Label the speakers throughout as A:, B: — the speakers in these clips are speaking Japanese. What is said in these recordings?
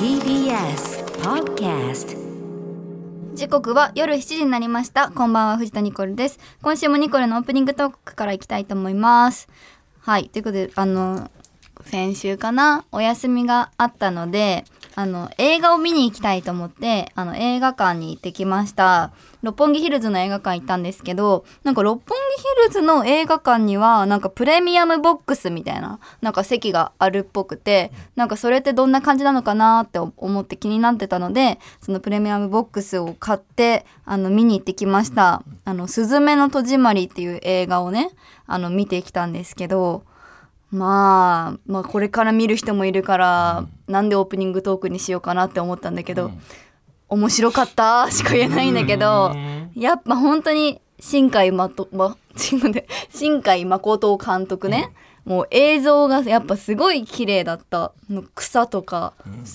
A: TBS Podcast
B: 時刻は夜7時になりましたこんばんは藤田ニコルです今週もニコルのオープニングトークからいきたいと思いますはいということであの先週かなお休みがあったのであの映画を見に行きたいと思ってあの映画館に行ってきました六本木ヒルズの映画館行ったんですけどなんか六本木ヒルズの映画館にはなんかプレミアムボックスみたいななんか席があるっぽくてなんかそれってどんな感じなのかなって思って気になってたのでそのプレミアムボックスを買ってあの見に行ってきました「あのすずめの戸締まり」っていう映画をねあの見てきたんですけどまあ、まあこれから見る人もいるから、なんでオープニングトークにしようかなって思ったんだけど、面白かったしか言えないんだけど、やっぱ本当に新海誠、ま、新海新海誠監督ね、もう映像がやっぱすごい綺麗だったの草とか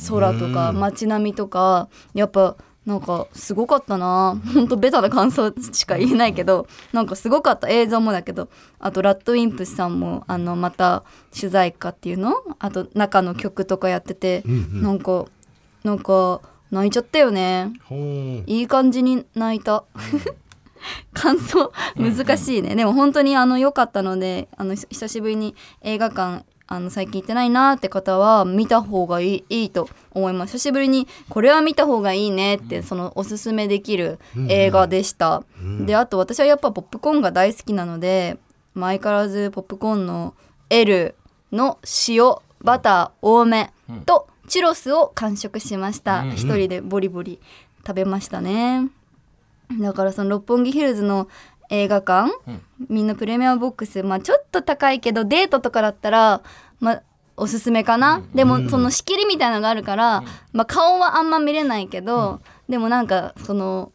B: 空とか街並みとかやっぱなんかすごかったな本当ベタな感想しか言えないけどなんかすごかった映像もだけどあとラッドウィンプスさんもあのまた取材歌っていうのあと中の曲とかやってて、なんかなんか泣いちゃったよね
C: ほう
B: いい感じに泣いた。感想難しいね、でも本当にあの良かったのであのひ久しぶりに映画館あの最近行ってないなーって方は見た方がいいいいと思います久しぶりにこれは見た方がいいねってそのおすすめできる映画でした、であと私はやっぱポップコーンが大好きなのでまあ相変わらずポップコーンの L の塩バター多めとチュロスを完食しました、一人でボリボリ食べましたねだからその六本木ヒルズの映画館、みんなプレミアムボックス、まあ、ちょっと高いけどデートとかだったら、まあ、おすすめかな、でもその仕切りみたいなのがあるから、まあ、顔はあんま見れないけど、でもなんかその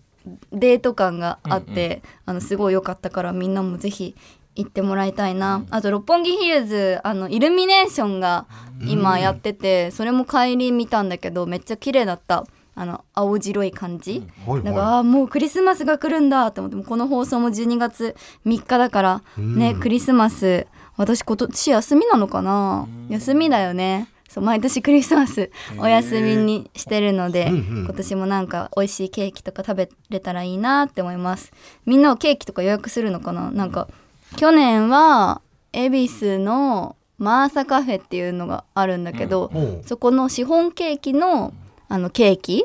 B: デート感があって、あのすごい良かったからみんなもぜひ行ってもらいたいな、あと六本木ヒルズあのイルミネーションが今やってて、それも帰り見たんだけどめっちゃ綺麗だったあの青白い感じ、
C: うんはいはい
B: だからあーもうクリスマスが来るんだって思ってもうこの放送も12月3日だから、ねクリスマス私今年休みなのかな、休みだよねそう毎年クリスマスお休みにしてるので、今年もなんか美味しいケーキとか食べれたらいいなって思いますみんなはケーキとか予約するのかななんか去年は恵比寿のマーサカフェっていうのがあるんだけど、
C: うん
B: そこのシフォンケーキのあのケーキ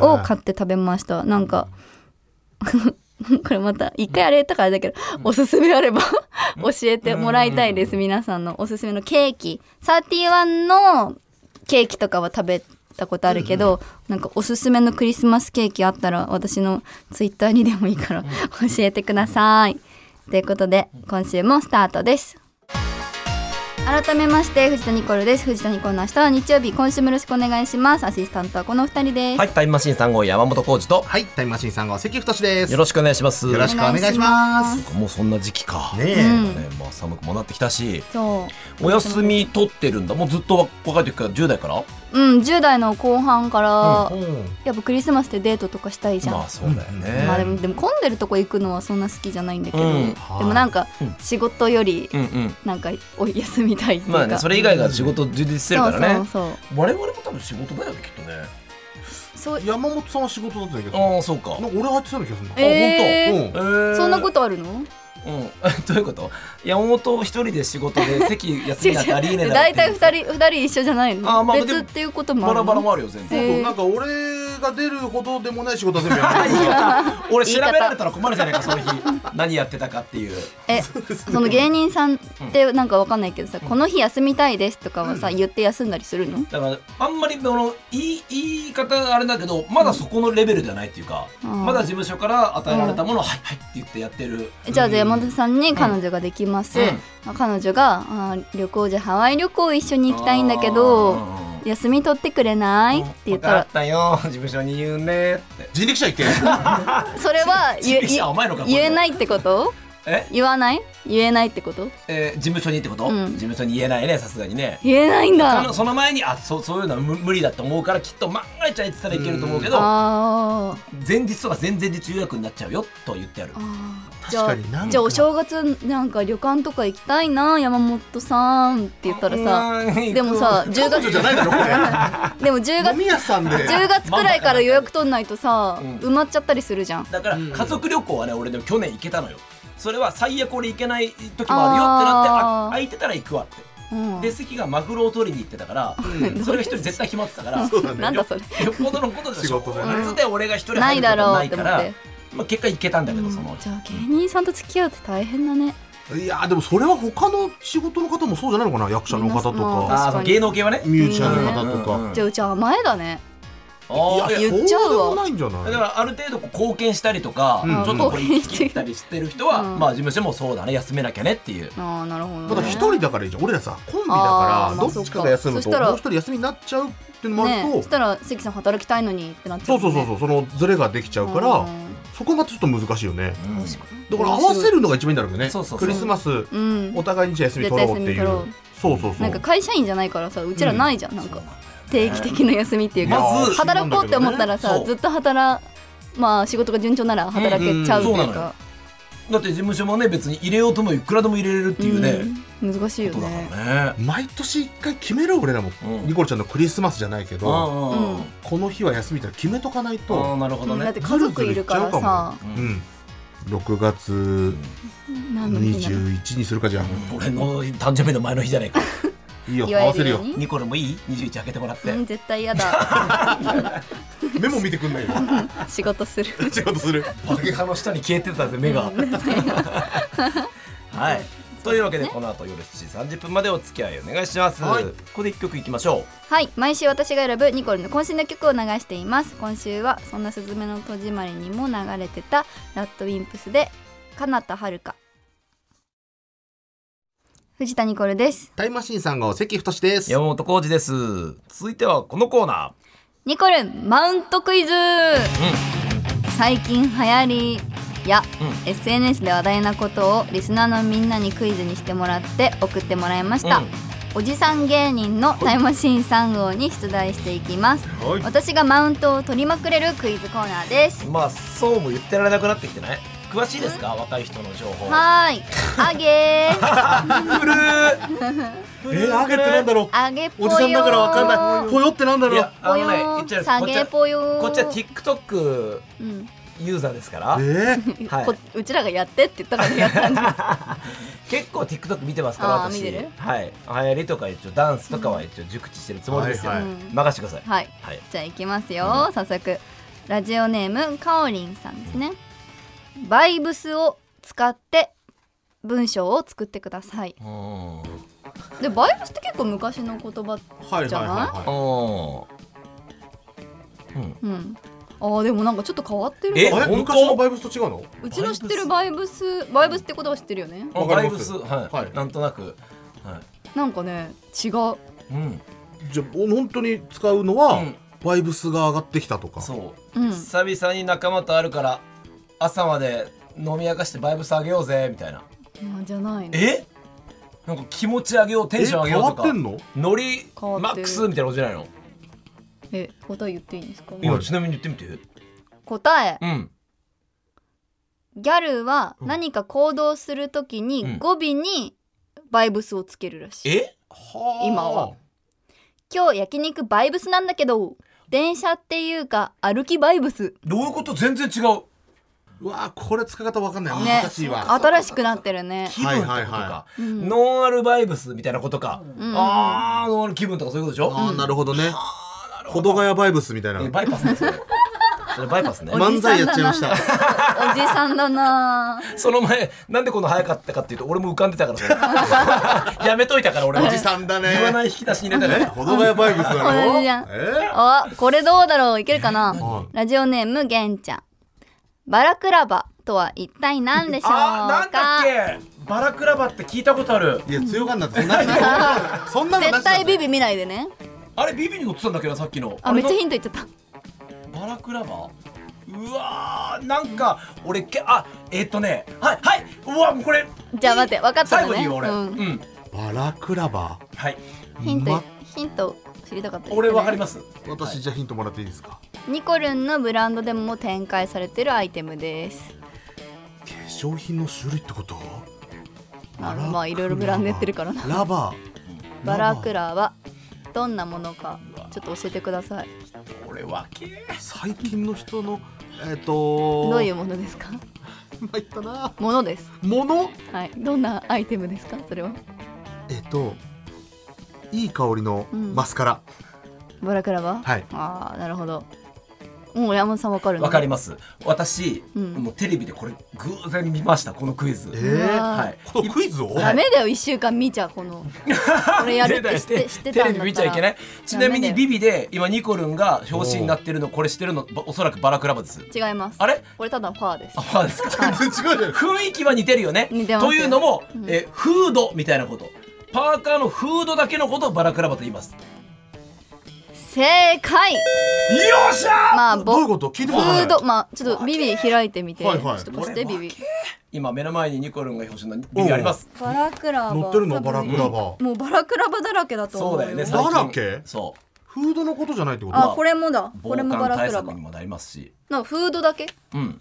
B: を買って食べましたなんか これまた一回あれ言ったからあれだけど、おすすめあれば教えてもらいたいです、皆さんのおすすめのケーキ31のケーキとかは食べたことあるけど、なんかおすすめのクリスマスケーキあったら私のツイッターにでもいいから教えてください。ということで今週もスタートです。改めまして藤田ニコルです藤田ニコルの明日は日曜日今週もよろしくお願いしますアシスタントはこのお二人です、
D: はい、タイムマシーン3号山本浩二と、
C: はいタイムマシーンさんが関太です
D: よろしくお願いします。
C: よろしくお願いします
D: もうそんな時期か。
C: ねえ
D: 今ねまあ寒くもなってきたし、
B: そ
D: お休み取ってるんだ。もうずっと若い時から10代から。
B: ううん10代の後半から、
C: ほう
B: やっぱクリスマスでデートとかしたいじゃん、
D: まあそうだよね。
B: まあでもでも混んでるとこ行くのはそんな好きじゃないんだけど、
D: うん
B: でもなんか
D: うん
B: 仕事より
D: うんうん。
B: なんかお休みたいっていうか、
D: まあね、それ以外が仕事充実してるからね。
B: そうそう
D: 我々も多分仕事だよねきっとね。
B: そうそう
C: 山本さんは仕事だったんだけど
D: ああそうか。
C: なんか俺入ってたような気がするんだ
B: え
C: う
B: ー
C: ん
D: えー
B: そんなことあるの
D: うん、 どういうこと山本一人で仕事で席休みなんてありえねえだろ
B: 大
D: ってい
B: 体二
D: う
B: 人二人一緒じゃないの、
D: あまあで
B: 別
D: も
B: っていうこともあ
D: バ
B: るの
D: ラバラもあるよ全
B: え
D: 然
B: ー
C: そうなんか俺が出るほどでもない仕事は全部やる
D: 俺調べられたら困るじゃないかその日何やってたかっていう
B: えその芸人さんってなんかわかんないけどさ、この日休みたいですとかはさ、言って休んだりするの
D: だからあんまりその言い言い方あれだけどまだそこのレベルじゃないっていうか、
B: うん
D: まだ事務所から与えられたものを、はいはいって言ってやってる
B: じゃあ山田さんに彼女ができます、
D: うん
B: まあ彼女があー旅行じゃハワイ旅行一緒に行きたいんだけど休み取ってくれないって言った
D: あっ
B: ら
D: たよ事務所に言うねって
C: 人力車行って
B: それは言え
D: 人力車甘いのかこれ
B: 言えないってこと
D: え
B: 言わない言えないってこと
D: えー事務所にってこと、
B: うん
D: 事務所に言えないねさすがにね
B: 言えないん
D: あの
B: だ
D: その前にあそうそういうのは無無理だと思うからきっと万が一あいつたらいけると思うけど
B: あー
D: 前日とか前々日予約になっちゃうよと言ってやる
B: あーじ
C: 確
B: ゃ
C: か
B: あ
C: になんか
B: じゃあお正月なんか旅館とか行きたいな山本さんって言ったらさ
D: うーん
B: でもさ10
C: 彼女じゃない
B: 月
C: だろ こ
B: でも10
C: れ飲
B: 月
C: み屋さんで
B: 10月くらいから予約取んないとさ
D: うん
B: 埋まっちゃったりするじゃん
D: だから
C: うん
D: 家族旅行はね俺でも去年行けたのよそれは最悪俺行けない時もあるよってなって
B: あー
D: あ空いてたら行くわって
B: うん
D: で席がマグロを取りに行ってたから、それが一人絶対決まってたから
C: そうだね
B: なんだそれ
D: よっぽどのことでしょ
C: 仕事でね
D: 夏で俺が一人
B: ない
D: 入る
B: だ
D: こと
B: ろ
D: な
B: うっ
D: い
B: て
D: か
B: 思
D: ら
B: って、
D: まあ、結果行けたんだけどその
B: じゃあ芸人さんと付き合うって大変だね
C: いやーでもそれは他の仕事の方もそうじゃないのかな役者の方と
B: みんなま
C: か
D: あーその芸能系はね
C: ミュージシャンの方とか、
D: うん
B: じゃあうち甘えだね
D: あ
C: いや
D: ーいや
B: 言っちゃうわ
C: そうでもないんじゃな
D: だ
C: い
D: からある程度こう貢献したりとか、
C: うん
D: ちょっとこれ
B: 貢献
D: 行
B: して
D: きったりしてる人は、
B: うん
D: まあ事務所もそうだね休めなきゃねっていう
B: ああなるほ
C: た
B: ど
C: だ
B: ね
C: 一人だからいいじゃん俺らさコンビ
B: あ
C: だ
B: ー
C: か
B: まあ
C: らどっちかが休む
B: そ
C: と
B: っかそしたら
C: もう一人休みになっちゃうっていうのもある
B: ね
C: と、
B: そしたら関さん働きたいのにってなっちゃ
C: そううそうそう
B: う
C: そうそのズレができちゃうから、そこがちょっと難しいよね
D: うん
B: 確かに
C: だから合わせるのが一番いいんだろうけどね
D: そうそうそう
C: クリスマス
B: うん
C: お互いにじゃあ休み取ろうってい
B: 絶対休み取
C: う
B: ろう
C: そうそうそう
B: なんか会社員じゃないからさうちらないじゃん、なんか定期的な休みっていうか、
D: まず
B: 働こうって思ったらさ、
D: そう
B: ずっと働まあ仕事が順調なら働けちゃうっていうか、
D: だって事務所もね別に入れようともいくらでも入れれるっていうね、
B: うん難しいよ
D: ことだ
B: ね
D: からね
C: 毎年一回決めろ俺らも、
D: うん
C: ニコルちゃんのクリスマスじゃないけ
D: う
C: ど、
D: んうんうん
B: うん
C: この日は休みって決めとかない
D: ああ
C: と、
D: なるほど
B: うんだっ
D: ね
B: て家族いるからさ
D: う
C: うんん、6月
B: 何の日なの
C: 21にするかじゃあ、
D: 俺の誕生日の前の日じゃないか
C: いいよ
B: 言
C: 合
B: わ
C: わ
B: れる
C: せる
B: よう
C: よ
B: に
D: ニコルもいい ?21 開けてもらって、
B: うん絶対嫌だ
C: メモ見てくんないよ
B: 仕事する
C: 仕事する
D: バケハの下に消えてたぜ目がはいというわけでこの後夜7時30分までお付き合いお願いします、
C: はい
D: ここで一曲いきましょう
B: はい毎週私が選ぶニコルの渾身の曲を流しています今週はそんな「すずめの戸締まり」にも流れてたラッドウィンプスで「かなたはるか」藤田ニコルです
C: タイムマシーンさんが関太です
D: 山本浩二です続いてはこのコーナ
B: ニコルンマウントクイズ、最近流行りや、
D: う
B: SNS で話題なことをリスナーのみんなにクイズにしてもらって送ってもらいまし
D: ー
B: た、
D: うん
B: おじさん芸人のタイムマシーン3号に出題していきます私がマウントを取りまくれるクイズコーナーです
D: まあそうも言ってられなくなってきてない詳しいですか若い人の情報
B: はーいあ げー
D: ふるー
C: え ー、あげってなんだろう
B: あげぽ
C: お
B: よー
C: じさんだからわかんないぽよってなんだ
D: い
C: ろう
D: やあ
B: ぽ
D: の
B: よ
D: ね言っちゃ
B: ー下
D: うこっち
B: げ
D: は
B: ぽよー
D: こっちは TikTok
B: うん
D: ユーザーですから、
C: えー、
D: はい
B: こうちらがやってって言ったからやったんじゃん
D: 結構 TikTok 見てますから
B: あー
D: 私
B: 見てる
D: はい流行りとか一応ダンスとかは一応熟知してるつもりですよ、
C: はいはい
D: 任せてください
B: はい
D: はい
B: じゃあ行きますよ、早速ラジオネームかおりんさんですねバイブスを使って文章を作ってくださいう
D: ーんう
B: でバイブスって結構昔の言葉
C: はいはい
B: じゃ
C: はいはい
D: ーん
B: う
D: うん
B: んあーでもなんかちょっと変わってる
D: え
C: あれ
D: 本当
C: 昔のバイブスと違うの
B: うちの知ってるバイブスバイブスって言葉は知ってるよね
D: あ
C: わか
D: バ
C: り
D: イ
C: ま
D: ブ
C: す
D: スはい、
C: はい
D: なんとなくは
B: なんかね違う
D: いうん
C: じゃあ本当に使うのは、
D: うん
C: バイブスが上がってきたとか
D: そう
B: うん
D: 久々に仲間とあるから朝まで飲み明かしてバイブス上げようぜみたいな
B: まあじゃないの
D: えなんか気持ち上げようテンション上げよう
C: え
D: とか
C: 変わってんの
D: ノリ
B: 変わってる
D: マックスみたいなことじゃないの
B: え答え言っていいんですか
D: 今ちなみに言ってみて
B: 答え
D: うん
B: ギャルは何か行動するとき
D: う
B: に
D: ん
B: 語尾にバイブスをつけるらしい
D: え
C: はあ
B: 今は今日焼肉バイブスなんだけど電車っていうか歩きバイブス
D: どういうこと全然違う
C: うわあこれ使い方わかんない
B: ね
C: 難しいわ、
B: 新しくなってるね
D: 気分ってことか、
C: はいはいは
B: うん
D: ノンアルバイブスみたいなことか、
B: うん
D: あーノンアル気分とかそういうことでしょ
C: ああなるほどねほどがやバイブスみたいな
D: えバイパスねそれそ れバイパスね、
B: ま
C: 漫才やっちゃいました
B: おじさんだな
D: その前なんでこの早かったかっていうと俺も浮かんでたから それやめといたから俺も
C: おじさんだね
D: 言わない引き出しに入れたから
C: えほどがやバイブスだろ
B: 同じじゃん
C: え
B: あこれどうだろういけるかな
C: は
B: ラジオネームげんちゃんバラクラバとは一体何でしょう
D: あー
B: か
D: なんだっけバラクラバって聞いたことある
C: いや強がんなってそんなのそんなの
B: 絶
C: なしだ
B: 対
C: ぜ
B: ビビ見ないでね
D: あれビビに乗ってたんだけどさっきの
B: あめっちゃ
D: れ
B: ヒント言っちゃった
D: なバラクラバうわーなんか俺けあえっとねはいはいうわもうこれ
B: じゃあ待って分かった
D: 最
B: の
D: 後に
B: ね
D: 言う俺う、
B: うんん
C: バラクラバ
D: はい
B: ヒン
C: ま
B: トヒント知りたかったですね
D: 俺わかります
C: 私
D: はい
C: じゃあヒントもらっていいですか
B: ニコルンのブランドでも展開されてるアイテムです
C: 化粧品の種類ってこと
B: まあ
C: バラクラバ
B: まあいろいろブランドやってるからな
C: ラバー
B: バラク
C: ラ
B: ラはどんなものかちょっと教えてください
D: 俺わけ
C: バー最近の人のえっ、と
B: どういうものですか
C: まいったな
B: ものです
C: もの
B: はいどんなアイテムですかそれは
C: えっ、といい香りの
B: うん
C: マスカラ、
B: バラクラは
C: はい
B: ああなるほどもう山本さんわかるの
D: わかります私、
B: うん
D: もうテレビでこれ偶然見ましたこのクイズ
C: え
B: う
C: ー、
B: わー
D: はい
C: このクイズを、
B: ダメだよ一週間見ちゃこのこれやる って知って知って
D: テ
B: たんだった
D: レビ
B: ら
D: 見ちゃいけないちなみ
B: ダメだ
D: に
B: よ
D: ビビで今ニコルンが表紙になってるのこれしてるのばおそらくバラクラバです
B: 違います
D: あれ
B: これただファーです
D: あそうですか
C: 全然違うじゃん
D: 雰囲気は似てるよね
B: 似てますよ
D: というのも、えフードみたいなことパーカーのフードだけのことをバラクラバと言いますよ
B: 正解
D: っしゃー
B: まあ
C: どういう
B: ぼ
C: こと聞い
B: フ
C: たことない
B: ードまあちょっとビビ開いてみてちょ
C: はい
B: っ
C: はい
B: と貸してビビ
D: 今目の前にニコルンが表紙のビビあります
B: バラクラバ
C: 乗ってるのバラクラバー
B: もうバラクラバだらけだと思
D: そう
B: う
D: だよね
C: そう
D: 最近
C: だらけ
D: そう
C: フードのことじゃないってこと
B: あこれもだこ
D: 防
B: れもバ
D: 寒
B: ラ
D: 対
B: クラ
D: 策
B: バ
D: にもなりますし
B: なんかフードだけ
D: うん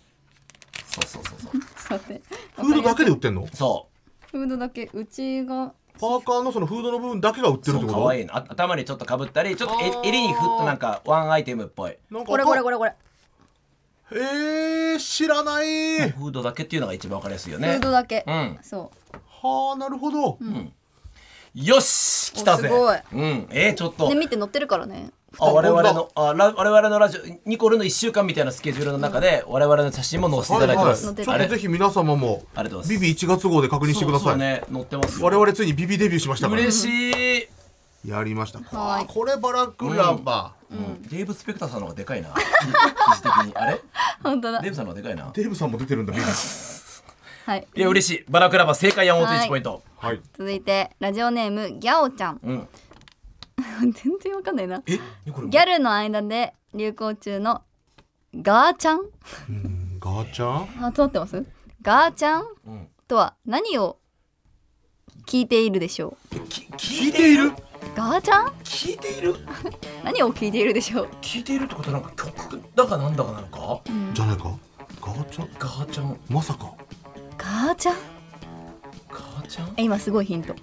D: そうそうそうそ
B: さ
D: う
B: て
C: フードだけで売ってんの
D: そ
B: フードだけうちが
C: パーカーのそのフードの部分だけが売っ
D: う
C: てる
D: そ
C: って
D: う
C: こ
D: か
C: と
D: わいいのあ頭にちょっとかぶったりちょっ
C: あ
D: と
C: ー
D: え襟にふっとなんかワンアイテムっぽい
C: なんか
B: これこれこれこれ
C: えー、知らないは
D: フードだけっていうのが一番わかりやすいよ
B: フ
D: ね
B: ードだけ
D: うん
B: そう
C: あなるほど、
D: よし来たぜ
B: おすごい
D: うんえー、ちょっと
B: で見て乗ってるからね
D: あ我々のあラ我々のラジオニコルの1週間みたいなスケジュールの中で我々の写真も載せていただいてます、
C: はいはい、ちょ
D: あ
C: っ
D: れ
C: とぜひ皆様も
D: ありがとうございます
C: ビビ1月号で確認してください
D: そうね載ってますよ
C: 我々ついにビビデビューしましたから、
D: 嬉しい、
C: やりました
B: は
C: あ
B: い
C: ーこれバラクラバ、
D: うんデーブ・スペクターさんの方がでかいな 記事的にあれ
B: 本当だ
D: デーブさんの方がでかいな
C: デーブさんも出てるんだビビ
B: はい
D: いや嬉しいバラクラバ正解山本
B: は
D: 1
B: い
D: ポイント
C: はい
B: 続いてラジオネームギャオちゃん
D: うん
B: 全然わかんないな
D: えニコルン
B: ギャルの間で流行中のガーちゃん
C: ガーちゃん
B: あ、止まってますガーちゃん
D: うん
B: とは何を聞いているでしょ
D: き聞いている
B: うガーちゃん
D: 聞いている
B: 何を聞いているでしょう
D: 聞いているってことはなんか曲だかなんだかなのか
C: じゃないかガーちゃん
D: ガーちゃん
C: まさか
B: ガーちゃん
D: ガーちゃん
B: え今すごいヒント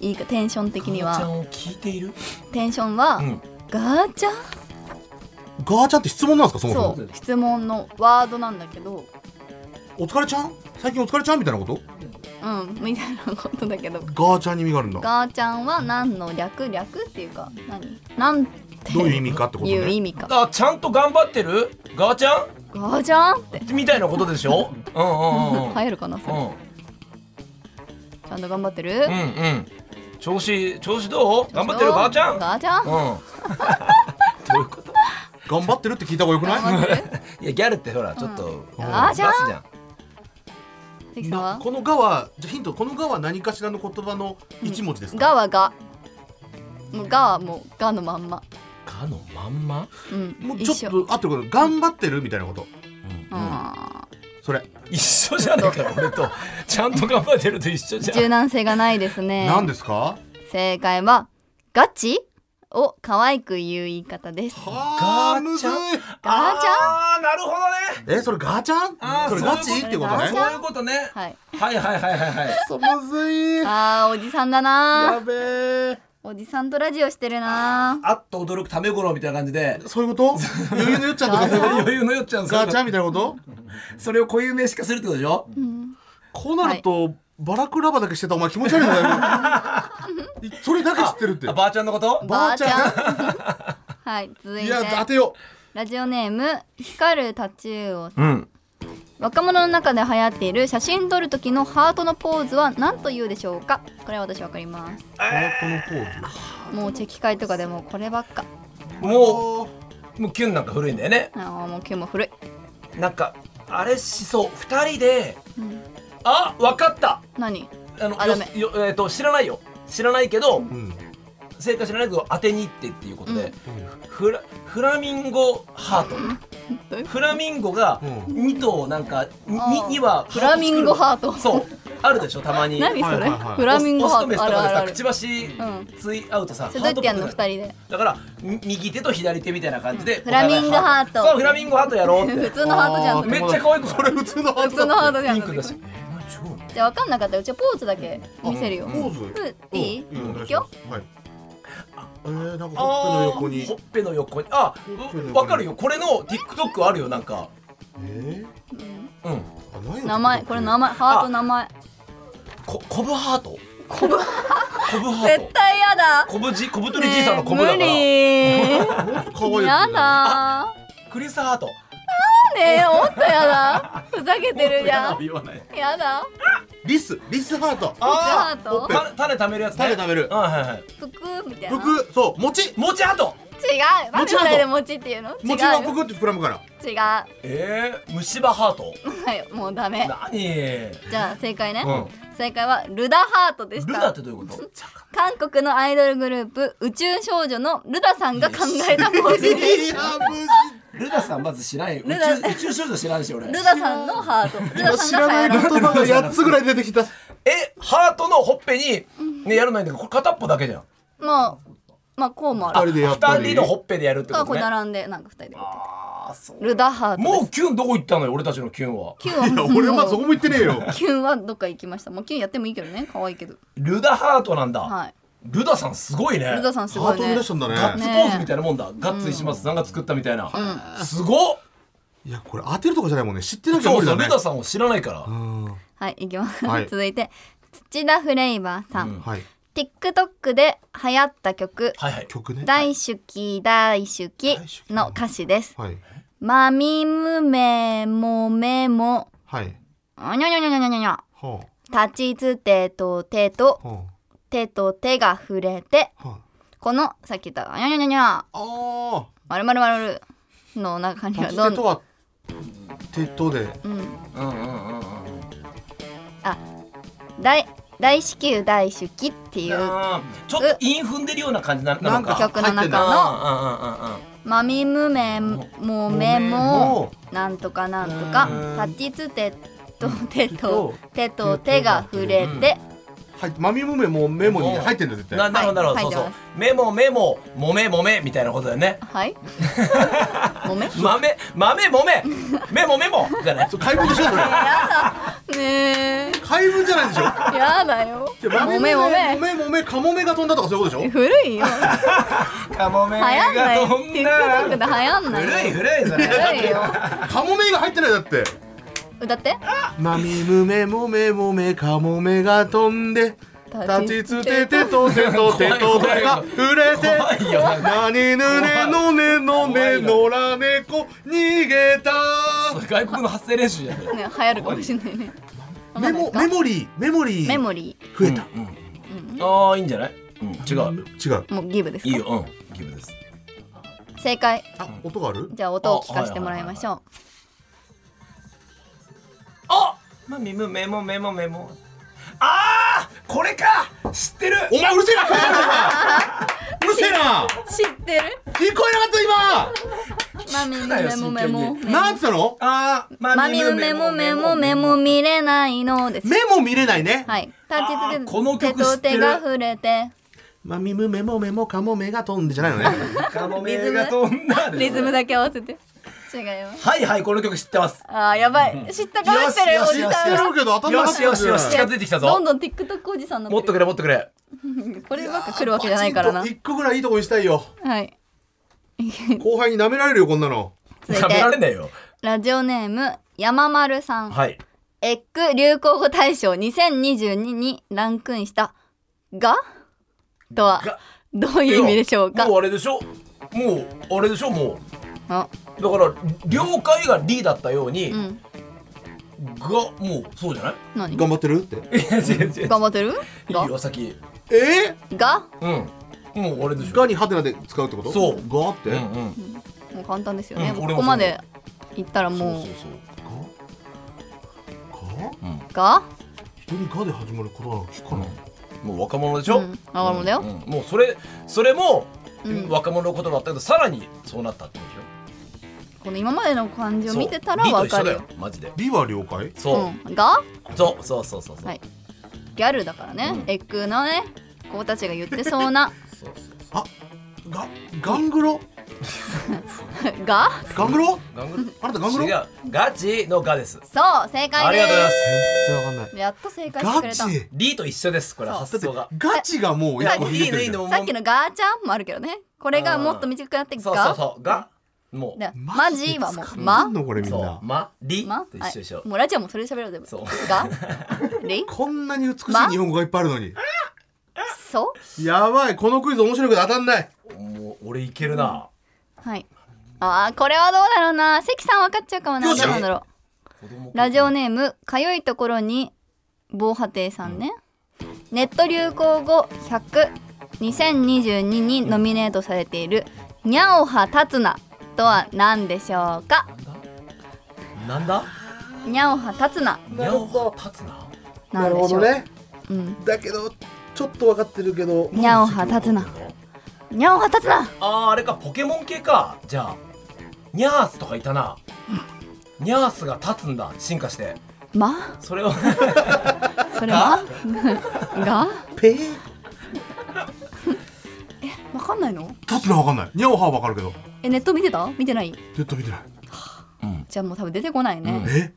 B: いいかテンション的に
D: ガーちゃ
B: は
D: んを聞いている
B: テンションは、
D: ん
B: ガーちゃん
C: ガーちゃんって質問なんですかそもそも
B: そう質問のワードなんだけど
C: お疲れちゃん最近お疲れちゃんみたいなこと
B: うんみたいなことだけど
C: ガーちゃんに意味があるんだ
B: ガーちゃんは何の略略っていうか何なんて
C: どういう意味かってこと
B: いう意
C: ね
B: 味か
D: あちゃんと頑張ってるガーちゃん
B: ガーちゃんって
D: みたいなことで しょうんうんうんうん
B: 入るかなそれちゃんと頑張ってる
D: うんうんうん調子調子どう頑張ってるガーちゃん
B: ガーちゃん
D: う
C: 頑張ってるって聞いた方がよく
B: 頑
C: な
B: 張
C: い
B: ってる
D: んいやギャルってほらちょっと、
B: ガーちゃん
D: 出すじゃん
B: 関さんは
C: この「が」はじゃあヒントこの「が」は何かしらの言葉の一文字ですか、
B: ガはガもうガはもうガのまんま
D: かのまんま、
B: うん
C: もう
B: 一
C: ちょ
B: 緒
C: っとあってること頑張ってるみたいなこと
B: あ
C: それ、
D: 一緒じゃないかよ俺とちゃんと頑張ってると一緒じ
B: ー
D: ゃん
B: 柔軟性がないですね
C: 何ですか
B: 正解はガチを可愛く言う言い方です
C: はあ
D: ガーちゃん
C: むず
B: ガ
C: い
B: ーちゃん
D: あーなるほどね
C: えそれガーちゃん
D: あー
C: それ
D: そういう
C: ガ
D: こと
C: チってこと
B: ガーち
C: ね
B: ゃん
D: そういうことね、
B: はい
D: はい、はいはいはいはい
C: そうむずい
B: あーおじさんだな
C: やべえ
B: おじさんとラジオしてるな
D: あっと驚くためごろみたいな感じで
C: そういうこと余裕のよっちゃんとかそういうこと
D: 余裕のよっちゃん
C: ガーちゃん
D: ん
C: みたいなこと
D: それを固有名詞化するってことでしょ、
C: こうなるとバラクラバだけしてたお前気持ち悪いんだよそれだけ知ってるって
D: あばあちゃんのこと
C: ばあちゃん
B: はい続い
C: い
B: て
C: や当てよ
B: ラジオネーム光るタチウオ
D: うん
B: 若者の中で流行っている写真撮る時のハートのポーズは何と言うでしょうかこれは私わかります
C: うハートのポーズ
B: もうチェキ会とかでもうこればっか
D: もうもうキュンなんか古いんだよね
B: あーもう今日も古い
D: なんかあれしそう二人で、あわかった
B: 何
D: あの
B: あ
D: よ
B: ダメ
D: よえっ、と知らないよ知らないけど、
C: うん
D: 正解知らないけど当てに行ってっていうことで、フラフラミンゴハー
B: どういう
D: トフラミンゴが
C: うん
D: 2頭なんか
B: あー
D: 2, には
B: フラミンゴハート
D: 作るのそうあるでしょたまに
B: 何そ
C: は
B: れ
C: いはいはい
B: フラミンゴ
D: オス
B: ハ
D: とメ
B: ー
D: ス
B: ト
D: と
B: あ
D: か
B: るあ
D: で
B: る
D: さ
B: あ
D: く
B: る
D: ちばし
B: ん
D: つい合うとさ
B: それどうやってやんの
D: ハ
B: 二
D: ートっ
B: 人で
D: ぽくなるだからみ右手と左手みたいな感じで
B: フラミンゴハート
D: お互いそうフラミンゴハートやろう っ
B: 普
D: て
B: 通のハートじゃんそれ
D: めっちゃ可愛く
C: それ普通の
B: 普通のハートじゃん
D: ピンクだし
B: じゃあ分かんなかったらうちはポーズだけ見せるよ
C: ポーズ
B: うんいい
C: うんお願
B: い
C: い
B: く
C: しま
B: よ
C: すはいえーなんかほっぺの
D: あ
C: 横に
D: ーほっぺの横にあ
C: ほっぺの横に
D: わかるよこれの TikTok あるよなんか
C: え
D: うん
C: ーあないの
B: 名前これ名前ハート名前
D: こコブハートコブハート
B: 絶対やだ
D: コブじコブトリじい
B: ね
D: さんのコブだから、
B: え無
C: もっと可愛い
B: 理
C: や
B: や
C: つ
B: だ
D: クリスハート
B: ねえほんとやだふざけてるじゃん
D: 言わない
B: やだ
C: リスリスハート
D: あ
B: リスハート
D: ーた種貯めるやつ、ね、
C: 種貯める
D: うんはいはい
B: ぷくみたいな違う
C: 服そう餅
D: 餅ハート
B: なんで
C: 餅ハート
B: それで餅っていうの違う
C: 餅はぷくって膨らむから
B: 違うは
D: ええー、虫歯ハート
B: いもうダ メ
D: 何
B: じゃあ正解ね、
D: う
B: 正解はルダハートでし
D: ルダったてどういうこと
B: 韓国のアイドルグループ宇宙少女のルダさんが考えたポーズ です
C: いや無
D: ルダさんまず知らんよ宇
B: ルダ
D: 宙宇宙少女知らんし俺
B: ルダさんのハートルダ
C: 知
B: さ
C: ら
B: んが
C: ない
B: 流行ら
C: 言葉が8つぐらい出てきた
D: えハートのほっぺにねやらないんだけどこれ片っぽだけじゃん
B: もうまあこうもあ
C: あ
B: る
C: れでやっぱ
D: 二
C: り
D: 人のほっぺでやるってこ
B: かことう
D: ね
B: 並んでなんか二人で
D: あーそう
B: ルダハートです
D: もうキュンどこ行ったのよ俺たちのキュンは
B: キュ
C: い
B: ン
C: や
B: は
C: 俺まそこも言ってねえよ
B: キュンはどっか行きましたもうキュンやってもいいけどね可愛いけど
D: ルダハートなんだ、
B: はい
D: ルダさんすごいね
B: ルダさんす
C: ハ
B: ご
C: ー
B: いね
C: ト生み出したんだ
D: ガッ
C: ね
D: ツポーズみたいなもんだ、ガッツ石松さんが作ったみたいな、すごっ
C: いやこれ当てるとかじゃないもんね知ってなきゃ
D: そ
C: 無
D: う
C: 理
D: そ
C: だ
D: う
C: ね
D: ルダさんを知らないから、
C: うん
B: はい行きます、
C: はい
B: 続いて土田フレイバーさん、
D: うん
C: はい
B: TikTok で流行った曲
D: はいはい
C: 曲
B: 「
C: ね
B: 大好き大好き」の歌詞です
C: はい
B: 「まみむめもめも
C: はい
B: あにゃにゃにゃにゃにゃにゃにゃ
C: は
B: 立ちつてと手と
C: あは
B: 手と手が触れて
C: あは」
B: このさっき言った「あにゃにゃにゃにゃ
C: ああ
B: まるまるまるの中に
C: ー
B: は
C: 立
B: ど
C: ち
B: ん
C: 手と
B: どん、
C: は手とで
B: うん、
D: うんうんうんうん
B: あ大大至急大好きっていう
D: あーちょっと韻踏んでるような感じななのか
C: なんか
B: 曲の
C: 入
B: 中
C: ってん
B: の
D: あ
B: まみむめもめもなんとかなんと
D: う
B: か
D: ん
B: 立ちつてと手と手と手が触れて
C: はいマミムメもメモに入ってんだ絶
D: うんうんうんうんな
C: 対
D: なるほどなるほど、
B: はいは
D: そうそう
B: いじ
D: メモメモもめもめみたいなことだよ ね
B: はいもめ
D: 豆豆もめメモメモじゃない
C: そう怪文でしょそれ
B: ねえ
C: 怪文じゃないでしょ
B: やだよ
C: いや
B: もめも
C: も
B: め
C: めもめカモメが飛んだとかそういうことでしょ
B: 古いよ
D: カモメ
B: 流行んない
D: がどん
B: TikTok で流
D: な
B: 行んない
D: 古い古いそれ
B: 古いよ
C: カモメが入ってないだって
B: 歌って
C: マミムメもメもめカモメが飛んで立ちつててとてとてとてが触れて
D: 怖いよなんか
C: 何ぬねのねのねのら猫逃げた
D: それ外国の発声練習じゃない
B: ね流行るかもしれないねわか
C: メ
B: んないで
C: モ
B: すか
C: メモリーメモリ
B: メ
C: ー
B: モリ
C: 増えた
D: ああいいんじゃない、うん、違
C: 違
D: う
C: う
B: ーもうギブです
D: いい
B: か
D: ようんギブです
B: 正解
C: あ音がある
B: じゃあ音を聞かせてもらいましょう
D: あまあ、メモメモメモメモああこれか知ってる
C: お前うるせえな うるせえな
B: 知ってる
C: 聞こえなかった
B: マミメモメモ
C: 今なんつったの
D: あー
B: マミムメモメモメモ見れないのです
C: メモ見れないね
B: はい立ち
D: この
B: つけて手
D: 曲知
B: と
D: ってる
B: 手が触れ て
C: マミムメモメモカモメが飛んでじゃない のね
D: カモメが飛んだ
B: リズム
D: だ
B: だけ合わせて違います
D: はいはいこの曲知ってます
B: あーやばい知った顔してる
D: よ
B: お
D: し
B: じ
D: よしよし
B: さん
C: 知って
B: が
C: るけど頭
D: よ
C: なかっ
D: した
C: ん
D: よ
C: だ
D: しよし近づいてきた
B: どん
D: ぞ
B: どん TikTok おじさんにな
D: も
B: っ
D: っ
B: て
D: とく
B: る
D: れもっとくれ
B: こればっか来るわけじゃないからな
C: 一個ぐらいいいとこにしたいよ
B: はい
C: 後輩に舐められるよこんなの
B: 続い
D: 食べられ
B: て
D: ないよ
B: ラジオネーム山丸さん
D: はい
B: エッグ流行語大賞2022にランクインしたがとは
D: が
B: どういう意味でしょうか
D: もうあれでしょもうあれでしょも
B: あ
D: うだから了解がリーだったように、
B: うん
D: がもうそうじゃない
B: 何
C: 頑張ってるって
D: いや違う違う
B: 頑張ってる
D: いいよ先
C: え
B: が
D: うんもうあれでし
C: ー、
D: ょ
C: がにハテナで使うってこと
D: そう
C: がって、
D: うんうん
B: もう簡単ですよね、
D: うん
B: もう
D: 俺
B: こ
D: も
B: こ
D: そう思
B: ま
D: う
B: でいったら
D: そう
B: もう
D: そうそう
C: がが
B: が
C: 人にがで始まることなの聞くかな、
D: うんもう若者でしょ、
B: うん若者だよ
D: うんもうそれそれも、若者のことだったけどさらにそうなったってことでし
B: この今までの感じ
D: ょ
B: を
D: そう
B: 見てたらわかる
D: 美と一緒だよマジで
C: 美は了解
D: そう、
B: うん、が
D: そうそうそうそうそう、
B: はいギャルだからね、エッグのね子たちが言ってそうな
D: そうそう
C: あがガングロ
B: が
C: ガングロ
D: ガング
C: あ なたガングロ
D: 違うガチのガです
B: そう正解です
D: ありがとうございます
C: 然わかんない
B: やっと正解してく
C: ガ
B: れ
C: チ
B: た
D: リと一緒ですこれ発
C: だ
D: 想
C: っ
D: が
C: てガチがもう
D: い
C: 一
D: や
C: 個
D: いいのいいのもう
B: さっきのガーちゃんもあるけどねこれがもっと短くなってが
D: そうそうそうがも
B: で
D: う
B: マジはもう
C: ま
B: ま
C: のこれみん
D: そう
C: な
D: まり
B: ま
D: と一緒でしょ
B: はいもうラジオもそれで喋ろうでも
D: そう
B: がり
C: こんなに美しい
B: ま
C: 日本語がいっぱいあるのに
B: そう
C: やばいこのクイズ面白いけど当たんない
D: もう俺いけるな
B: はいあーこれはどうだろうな関さん分かっちゃうかもな
C: よ
B: ど
C: っ
B: う
C: しゃ
B: なんだろ
D: 子供
B: うラジオネームかゆいところに防波堤さんね、ネット流行語1002022にノミネートされている「にゃおはたつな」とは何でしょうか
D: なんだ
B: にゃおはたつな
D: にゃおは立つな
B: なんでしょう
C: ね
B: うん、
C: だけどちょっと分かってるけど
B: にゃおはたつなにゃおはたつな
D: あーあれかポケモン系かじゃあニャースとかいたなニャースが立つんだ進化して
B: ま
D: それを
B: それは が
C: ペー
B: わかんないの
C: 立つのは分かんないにゃおはは分かるけど
B: えネット見てた見てない
C: ずっと見てない
B: じゃあもう多分出てこないね、
D: うん
C: え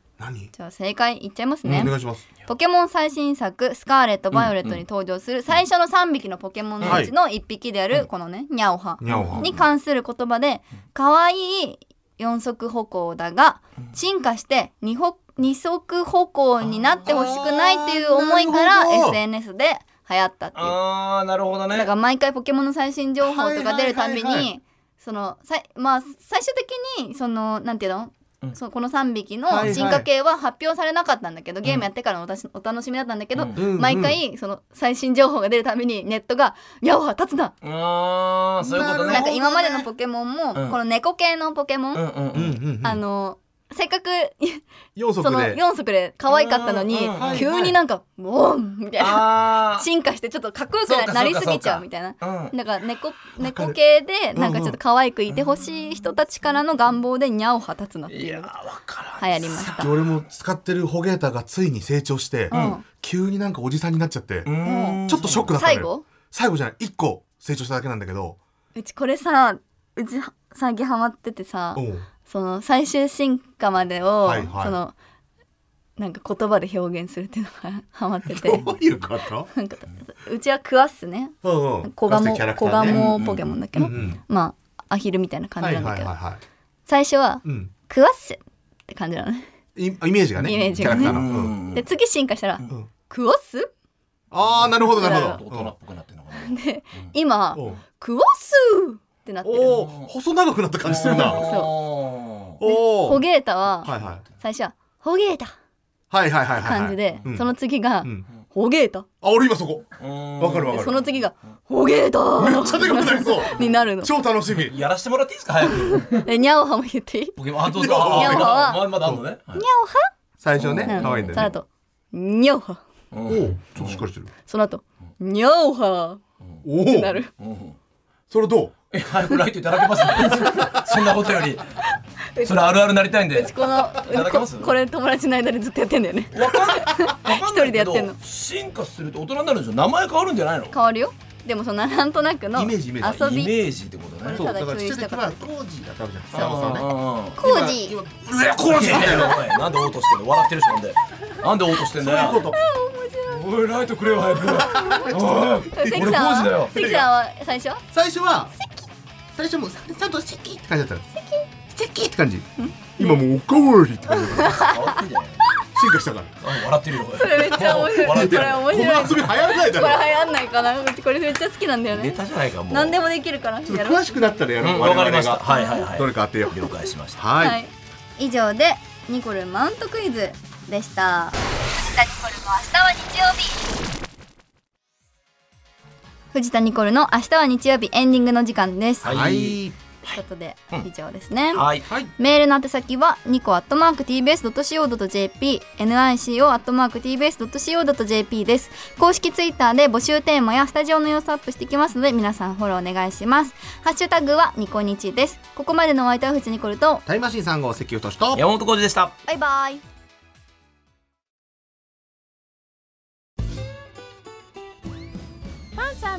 B: じ
C: 何
B: ゃあ正解いっちゃいます
C: お
B: ね、
C: 願いします
B: ポケモン最新作「スカーレット・バイオレット」に登場する最初の3匹のポケモンのうちの1匹であるこのねニャオハ
C: にゃおは
B: に関する言葉で可愛い四足歩行だが進化して二歩二足歩行になってほしくないっていう思いか
C: あーな
B: ら
C: るほど
B: SNS で流行ったっていう
D: あーなるほどね
B: だから毎回ポケモンの最新情報とか出るたんび
C: はいはいはいは
B: にそのさいまあ最終的にそのなんていうの、
D: うん
B: そうこの3匹の
C: はいはい
B: 進化系は発表されなかったんだけど、ゲームやってからのおたしお楽しみだったんだけど、
D: うん
C: うん
B: 毎回その最新情報が出るたびにネットが「ヤオハ立つな!
D: あーそういうこと
C: な
B: なん
C: るほ
B: か
C: ど
D: ね
B: 今までのポケモンも、
D: うん
B: この猫系のポケモン、
D: うんうんう
C: うん
D: ん
C: うん
B: あのせっかく
C: 4
B: そ
C: 足
B: の
C: で
B: 4足で可愛かったのに、
D: うんうんはい
B: 急になんか「もう!」みたいな
D: あー
B: 進化してちょっとかっこよく
D: そう
B: な
D: か
B: なり
D: そう
B: す
D: か
B: ぎちゃう
D: そうか
B: みたいな。
D: うん
B: だから猫
C: か
B: 猫
C: る
B: 系で
C: うん
B: なんかちょっと可愛くいてほしい人たちからの願望でニャオハ立つなって
D: い
B: いう
D: や
B: の
D: ー
B: が
D: わからん
B: 流行りました。
C: 俺も使ってるホゲータがついに成長して、
B: うん
C: 急になんかおじさんになっちゃって、
D: ーん
C: ちょっとショックだったのよ
B: 最後
C: 最後じゃない1個成長しただけなんだけど
B: うちこれさうち最近ハマっててさ
C: おう
B: その最終進化までを、
C: はいはい
B: そのなんか言葉で表現するっていうのがハマってて
C: どういうこと
B: なんかうちはクワッスね
C: うんうん
B: コガ
C: かつ
B: モ
C: てキャラク
B: コ
C: ター
B: ガ
C: ね
B: モポケモンだっけど、
C: うんうん
B: まあアヒルみたいな感
C: は
B: じ
C: い
B: な
C: は
B: ん
C: い
B: だ
C: はい
B: けど、
C: は、
B: 最初はい
C: うん、
B: クワッスって感じなのね。
C: イイメージがね
B: イメージ
C: キャ
B: が
C: ラ
B: ね
C: クター
D: う
C: の、
D: ん
C: うん
B: で次進化したら、
C: ん
B: クワッス
C: ああなるほどなる
D: ちょ
C: ほ
D: っと大人っ
C: ど
D: ぽくなってるのかな
B: 今
C: うんうん
B: クワッスーってなってる
C: おお細長くなった感じするな
D: そ
C: おお
B: ホゲータ
C: はい
B: は
C: はい
B: 最初は「ホゲータ
C: はいはいはいはいはい」
B: 感じで
C: うん
B: その次が
C: うん
B: 「ホゲータ
C: あ俺今そこ
D: ううん
C: わかるわ」
B: で
C: かる
B: その次が「ホゲー タ
C: ちょっとでかくな りそう
B: になるの
C: 超楽しみ
D: やらしてもらっていいですか早く
B: でニャオハも言っていいニ
D: ポケモンあどう
C: ニャ
D: ぞ
C: オハ
D: あ
B: は
D: まだまだあんのねはい
B: ャオハ
C: 最初ね
B: な
C: 可愛いん
B: の
C: だ
B: その
C: よね
B: 後ニャオハ
D: う
C: お
D: ん
C: おーちょっとしっかりしてる
B: その後ニャオハ
C: お
B: にな
C: お
B: る
D: うん
C: それどう
D: え早くライトいただけます そんなことよりそれあるあるなりたいんで
B: この
D: ただけます
B: ここれ友達の間でずっとやってんだよね
D: わかんないわか
B: 一
D: んな
B: 人
D: いけど
B: でやってんの
D: 進化すると大人になるんでしょ名前変わるんじゃないの
B: 変わるよでもそんななんとなくの
C: イメージイメージ
B: 遊び
D: イメージってことね
C: そう
B: ただ
C: だから
B: 共
C: ち
B: 有
C: っ
B: し
C: ちゃ
B: たか
C: い時は当時だったわけじゃん
D: うん
C: 坂本さんね
D: うんうん
B: コージー
D: うえコージーだよおいなんでオートしてんの笑ってるしなんでなんでオートしてんだよ
C: そういうこと
D: おいライトくれよ早くおい
B: 関
D: 俺コー
B: さ
D: ジ
B: ん
D: だ
B: は
D: よ
B: 関さんは最初
C: 最初は最初もうちゃんと「セキ」って感じだったの「セキ」って感じ今もう「おかわり」って感じだから
D: 変わってんじゃない
C: 進化したから
D: あ笑ってるよこれそ
B: れめっちゃ面白い
D: 笑っ て
B: こ
D: る
B: れ面白い
C: この遊び流行らないだ
B: これ
C: ろ
B: 流行んないかなうちこれめっちゃ好きなんだよ
D: ネ
B: ね
D: タじゃないかもう
B: 何でもできるから
C: ちょっ
B: や
C: と
B: ろう
C: 詳しくなったらやろ
D: う
C: うん我
D: わ
C: 々
D: かり
C: が
D: ましたはいはいはい
C: どれか当てよう
D: 了解しました
C: は
B: はいい、以上でニコルマウントクイズでした藤田ニコルの明日は日曜日藤田ニコルの明日は日曜日エンディングの時間です
D: は
B: はい
C: は
B: こ
C: い
B: とで以上ですね、
D: はい。
C: はい
B: メールの宛先はニコアットマーク tbs.co.jp nico アットマーク tbs.co.jp です公式ツイッターで募集テーマやスタジオの様子アップしていきますので皆さんフォローお願いしますハッシュタグはニコニチですここまでのお相手は藤ニコルと
C: タイムマシーン3号関太と
D: 山本浩二でした。
B: バイバイ
E: パンサー